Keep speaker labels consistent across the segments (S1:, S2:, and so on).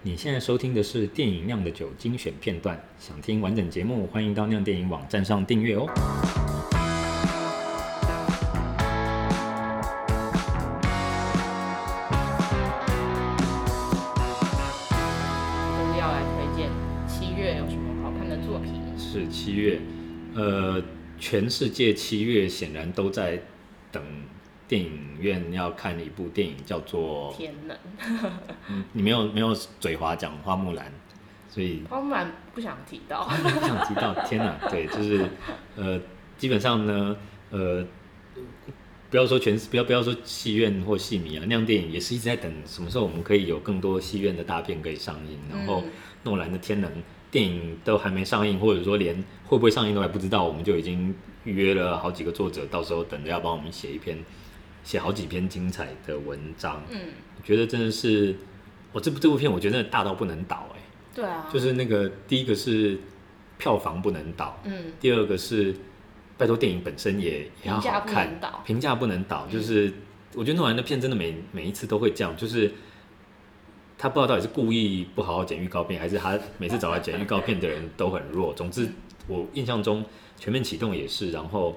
S1: 你现在收听的是电影《酿的酒》精选片段，想听完整节目，欢迎到酿电影网站上订阅哦。
S2: 就是要来推荐七月有什么好看的作品。
S1: 是七月，呃，全世界七月显然都在等电影院要看一部电影，叫做
S2: 天冷，
S1: 嗯你没有没有嘴滑讲花木兰，所以
S2: 花木兰不想提到，
S1: 不想啊提到，天哪，对，就是呃，基本上呢，呃，不要说全，不要不要说戏院或戏迷啊，那样电影也是一直在等什么时候我们可以有更多戏院的大片可以上映，然后
S2: 嗯
S1: 诺兰的《天能》电影都还没上映，或者说连会不会上映都还不知道，我们就已经预约了好几个作者，到时候等着要帮我们写一篇，写好几篇精彩的文章，
S2: 嗯，
S1: 我觉得真的是，我、这部这部片我觉得大到不能倒哎、
S2: 对啊，
S1: 就是那个第一个是票房不能倒，
S2: 嗯，
S1: 第二个是拜托电影本身也也要好
S2: 评价不
S1: 看
S2: 能倒，
S1: 评价不能倒，就是我觉得诺兰的片真的每每一次都会这样，就是他不知道到底是故意不好好剪预告片，还是他每次找来剪预告片的人都很弱。总之，我印象中《全面启动》也是，然后《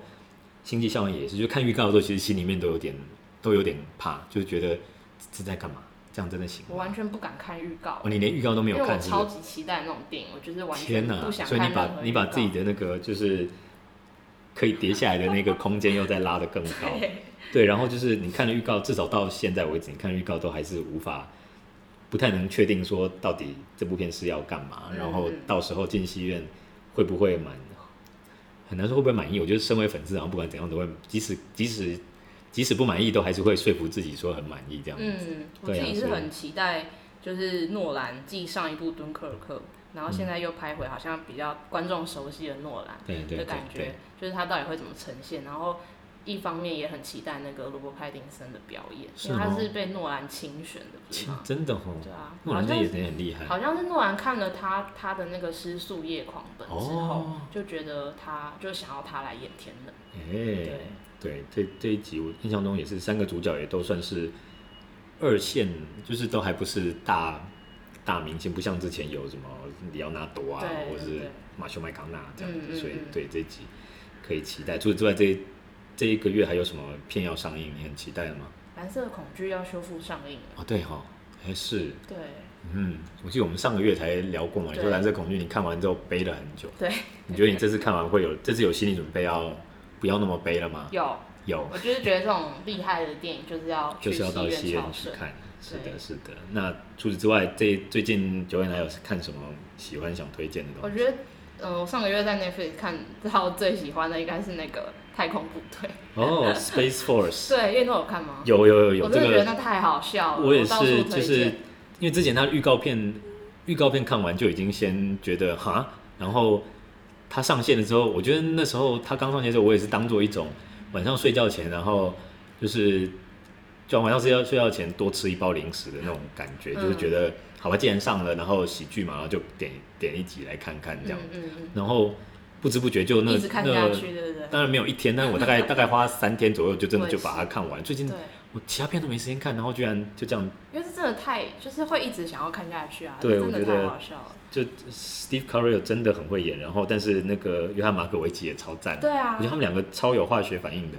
S1: 星际效应》也是，就看预告的时候，其实心里面都有点都有点怕，就是觉得这这在干嘛？这样真的行
S2: 我
S1: 吗？
S2: 完全不敢看预告
S1: 哦，，你连预告都没
S2: 因
S1: 有
S2: 为我
S1: 看，是不是
S2: 超？级期待那种电影，我就是完全
S1: 天呐！
S2: 不想
S1: 所以你
S2: 看
S1: 把
S2: 任何
S1: 你
S2: 预
S1: 把
S2: 告
S1: 自己的那个就是可以叠下来的那个空间又再拉得更高，
S2: 对
S1: 对，然后就是你看了预告，至少到现在为止，你看预告都还是无法不太能确定说到底这部片是要干嘛，
S2: 嗯
S1: 然后
S2: 嗯
S1: 到时候进戏院会不会满，很难说会不会满意。我觉得身为粉丝，然后不管怎样都会，即使即使即使不满意，都还是会说服自己说很满意这样。
S2: 嗯，我
S1: 对
S2: 自
S1: 啊
S2: 己是
S1: 所以
S2: 很期待，就是诺兰继上一部《敦刻尔克》，然后现在又拍回好像比较观众熟悉的诺兰
S1: 对对
S2: 的
S1: 对
S2: 感觉
S1: 对，，
S2: 就是他到底会怎么呈现，然后。一方面也很期待那个罗伯·派丁森的表演，
S1: 是
S2: 因为他
S1: 哦
S2: 是被诺兰亲选的，不是吗？
S1: 真的哦，
S2: 对啊，
S1: 诺
S2: 好
S1: 兰这
S2: 像
S1: 也也很厉害。
S2: 好像是诺兰看了他他的那个《失速夜狂奔》之后，
S1: 哦
S2: 就觉得他就想要他来演天冷。
S1: 哎、
S2: 对，
S1: 对，这这一集我印象中也是三个主角也都算是二线，就是都还不是大大明星，不像之前有什么里奥纳多啊，
S2: 对
S1: 或
S2: 对
S1: 是
S2: 对
S1: 马修麦康纳这样子，
S2: 嗯嗯
S1: 所以
S2: 嗯
S1: 对这一集可以期待。除此之外，这这一个月还有什么片要上映？你很期待吗？
S2: 蓝色恐惧要修复上映了。
S1: 哦，对哈、哦，哎是，
S2: 对
S1: 嗯，我记得我们上个月才聊过嘛，你说《
S2: 对
S1: 蓝色恐惧》，你看完之后悲了很久，
S2: 对，
S1: 你觉得你这次看完会有这次有心理准备要不要那么悲了吗？
S2: 有，
S1: 有，
S2: 我就是觉得这种厉害的电影就是要
S1: 就
S2: 去
S1: 是要到
S2: 戏
S1: 戏
S2: 院
S1: 院
S2: 朝
S1: 去
S2: 圣。
S1: 看。是
S2: 对
S1: 的，是的。那除此之外，这最近九月来有看什么喜欢想推荐的
S2: 我
S1: 东西？
S2: 觉得，嗯、我上个月在 Netflix 看到最喜欢的应该是那个《太空部队》。
S1: 哦，《Space Force
S2: 对，月诺有看吗》？
S1: 有有有有
S2: 我
S1: 这
S2: 真的觉得
S1: 个，
S2: 那太好笑了。
S1: 我也
S2: 到处
S1: 是，
S2: 推
S1: 就是
S2: 荐
S1: 因为之前他的预告片，预告片看完就已经先觉得哈，然后他上线了之后，我觉得那时候他刚上线的时候，我也是当做一种晚上睡觉前，然后就是就晚上睡觉睡觉前多吃一包零食的那种感觉，就是
S2: 嗯
S1: 觉得好吧，既然上了，然后喜剧嘛，然后就点点一集来看看这样，
S2: 嗯嗯
S1: 然后不知不觉就
S2: 嗯，
S1: 那
S2: 一直看下
S1: 那
S2: 去，对不对？
S1: 当然没有一天，但是我大概大概花三天左右就真的
S2: 我也
S1: 就是把它看完。最近
S2: 对。
S1: 我其他片都没时间看，然后居然就这样，
S2: 因为这真的太，就是会一直想要看下去啊，
S1: 对
S2: 真
S1: 我
S2: 的
S1: 觉得
S2: 太好笑了。
S1: 就 Steve Carell 真的很会演，然后但是那个约翰马可维奇也超赞，
S2: 对
S1: 我
S2: 啊
S1: 觉得，他们两个超有化学反应的，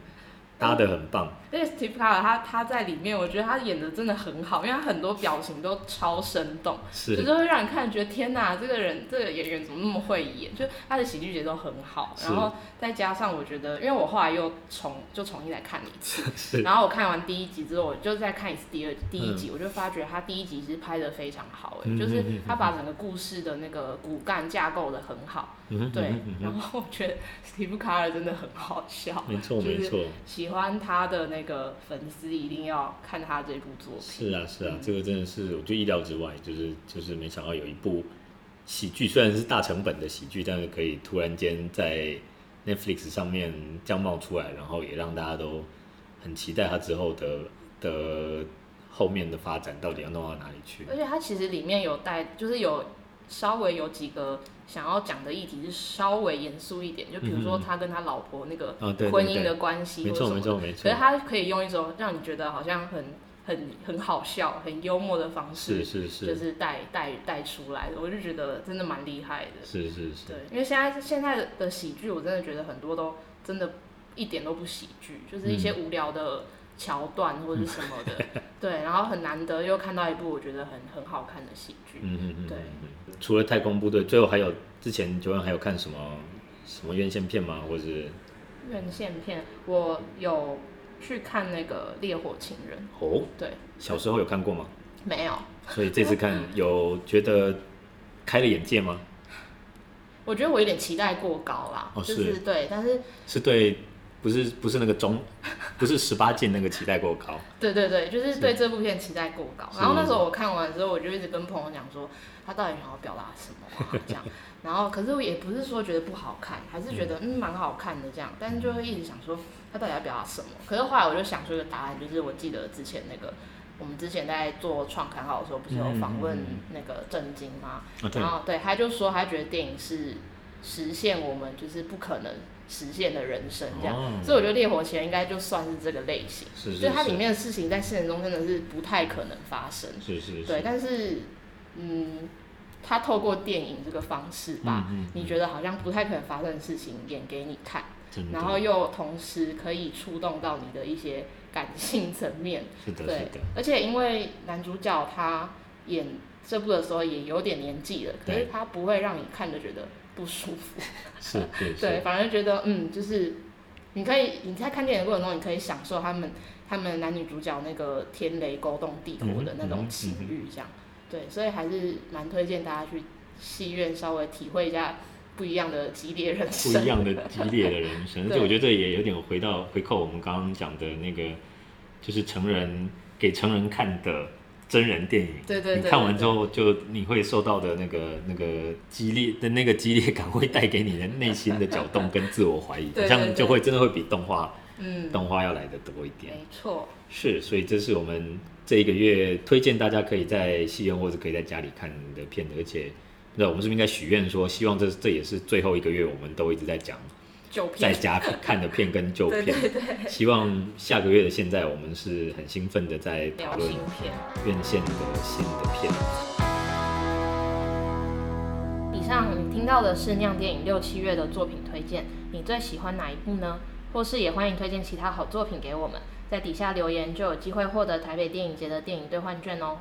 S1: 搭的很棒。
S2: 而且 Steve Carell 他他在里面，我觉得他演的真的很好，因为他很多表情都超生动，就是是会让你看觉得天哪，这个人这个演员怎么那么会演？就他的喜剧节奏很好，
S1: 是
S2: 然后再加上我觉得，因为我后来又重就重新来看了一次，
S1: 是，
S2: 然后我看完第一集之后，我就再看一次第二第一集，我就发觉他第一集是拍的非常好、哎、
S1: 嗯
S2: 就是
S1: 嗯嗯嗯
S2: 他把整个故事的那个骨干架构的很好。
S1: 嗯哼
S2: 对
S1: 嗯哼，嗯
S2: 然后我觉得史蒂夫·卡尔真的很好笑
S1: 哼， 没错
S2: 就是
S1: 没错，
S2: 喜欢他的那个粉丝一定要看他这部作品。
S1: 是啊是啊，这个真的是我觉得意料之外，就是就是没想到有一部喜剧，虽然是大成本的喜剧，但是可以突然间在 Netflix 上面这样冒出来，然后也让大家都很期待它之后的的后面的发展到底要弄到哪里去。
S2: 而且他其实里面有带，就是有稍微有几个想要讲的议题是稍微严肃一点，就比如说
S1: 嗯嗯
S2: 他跟他老婆那个
S1: 啊对对
S2: 婚姻
S1: 对
S2: 的关系
S1: 没
S2: 或者
S1: 错
S2: 什
S1: 没
S2: 么的。
S1: 错没
S2: 可
S1: 错
S2: 是，他可以用一种让你觉得好像很很很好笑、很幽默的方
S1: 是
S2: 式，
S1: 是
S2: 就是是带带带出来的，我就觉得真的蛮厉害的。
S1: 是是是，
S2: 对，因为现在现在的喜剧，我真的觉得很多都真的一点都不喜剧，就是一
S1: 嗯
S2: 些无聊的桥段或者是什么的， 对，然后很难得又看到一部我觉得很很好看的喜剧。
S1: 嗯嗯嗯，
S2: 对
S1: 嗯。嗯除了太空部队，最后还有之前九安还有看什么什么院线片吗？或者是
S2: 院线片，我有去看那个《烈火情人
S1: 哦，》，
S2: 对，
S1: 小时候有看过吗？
S2: 没有，
S1: 所以这次看有觉得开了眼界吗？
S2: 我觉得我有点期待过高啦，
S1: 哦
S2: 就是对，但是
S1: 是对，不是不是那个中，不是十八禁那个期待过高。
S2: 对对对，就是对这部片期待过高。
S1: 是
S2: 然后那时候我看完之后，我就一直跟朋友讲说，他到底想要表达什么、啊、 这样。然后可是我也不是说觉得不好看，还是觉得嗯蛮好看的这样，但是就会一直想说他到底要表达什么。可是后来我就想出一个答案，就是我记得之前那个我们之前在做创刊号的时候，不是有访问
S1: 嗯嗯
S2: 那个郑经吗？
S1: 啊，对
S2: 然，后对他就说他觉得电影是实现我们就是不可能实现的人生这样。
S1: 哦
S2: 所以我觉得《烈火前》应该就算是这个类型。
S1: 是是
S2: 所以它
S1: 是
S2: 里面的事情在现实中真的是不太可能发生。
S1: 是是
S2: 对，但是，嗯，他透过电影这个方式吧，
S1: 嗯嗯嗯
S2: 你觉得好像不太可能发生的事情演给你看，
S1: 真的
S2: 然后又同时可以触动到你的一些感性层面。
S1: 是的
S2: 对
S1: 是的，，
S2: 而且因为男主角他演这部的时候也有点年纪了，可
S1: 对
S2: 是他不会让你看着觉得不舒服。
S1: 是对
S2: 对，
S1: 是
S2: 反而觉得嗯，就是你可以你在看电影的过程中，你可以享受他们他们男女主角那个天雷勾动地火的那
S1: 嗯
S2: 种
S1: 哼
S2: 情欲，这样、对，所以还是蛮推荐大家去戏院稍微体会一下不一样的激烈人
S1: 不一
S2: 生。
S1: 样的激烈的人生，而且
S2: 对
S1: 我觉得这也有点回到回扣我们刚刚讲的那个，就是成人给成人看的真人电影。
S2: 对对对
S1: 你
S2: 对
S1: 看完之后，就你会受到的那个那个激烈的那个激烈感，会带给你的内心的搅动跟自我怀疑，好
S2: 对对
S1: 像
S2: 对
S1: 就会真的会比动画
S2: 嗯，
S1: 动画要来的多一点。
S2: 没错，
S1: 是，所以这是我们这一个月推荐大家可以在戏院或者可以在家里看的片子，而且，那我们是不是应该许愿说，希望这这也是最后一个月我们都一直在讲
S2: 九
S1: 在
S2: 片，
S1: 家看的片跟旧
S2: 对
S1: 片，
S2: 对对，
S1: 希望下个月的现在我们是很兴奋的在讨
S2: 聊
S1: 论
S2: 新片。
S1: 院线的新的片。
S2: 以上你听到的是酿电影六七月的作品推荐，你最喜欢哪一部呢？或是也欢迎推荐其他好作品给我们，在底下留言就有机会获得台北电影节的电影兑换券哦。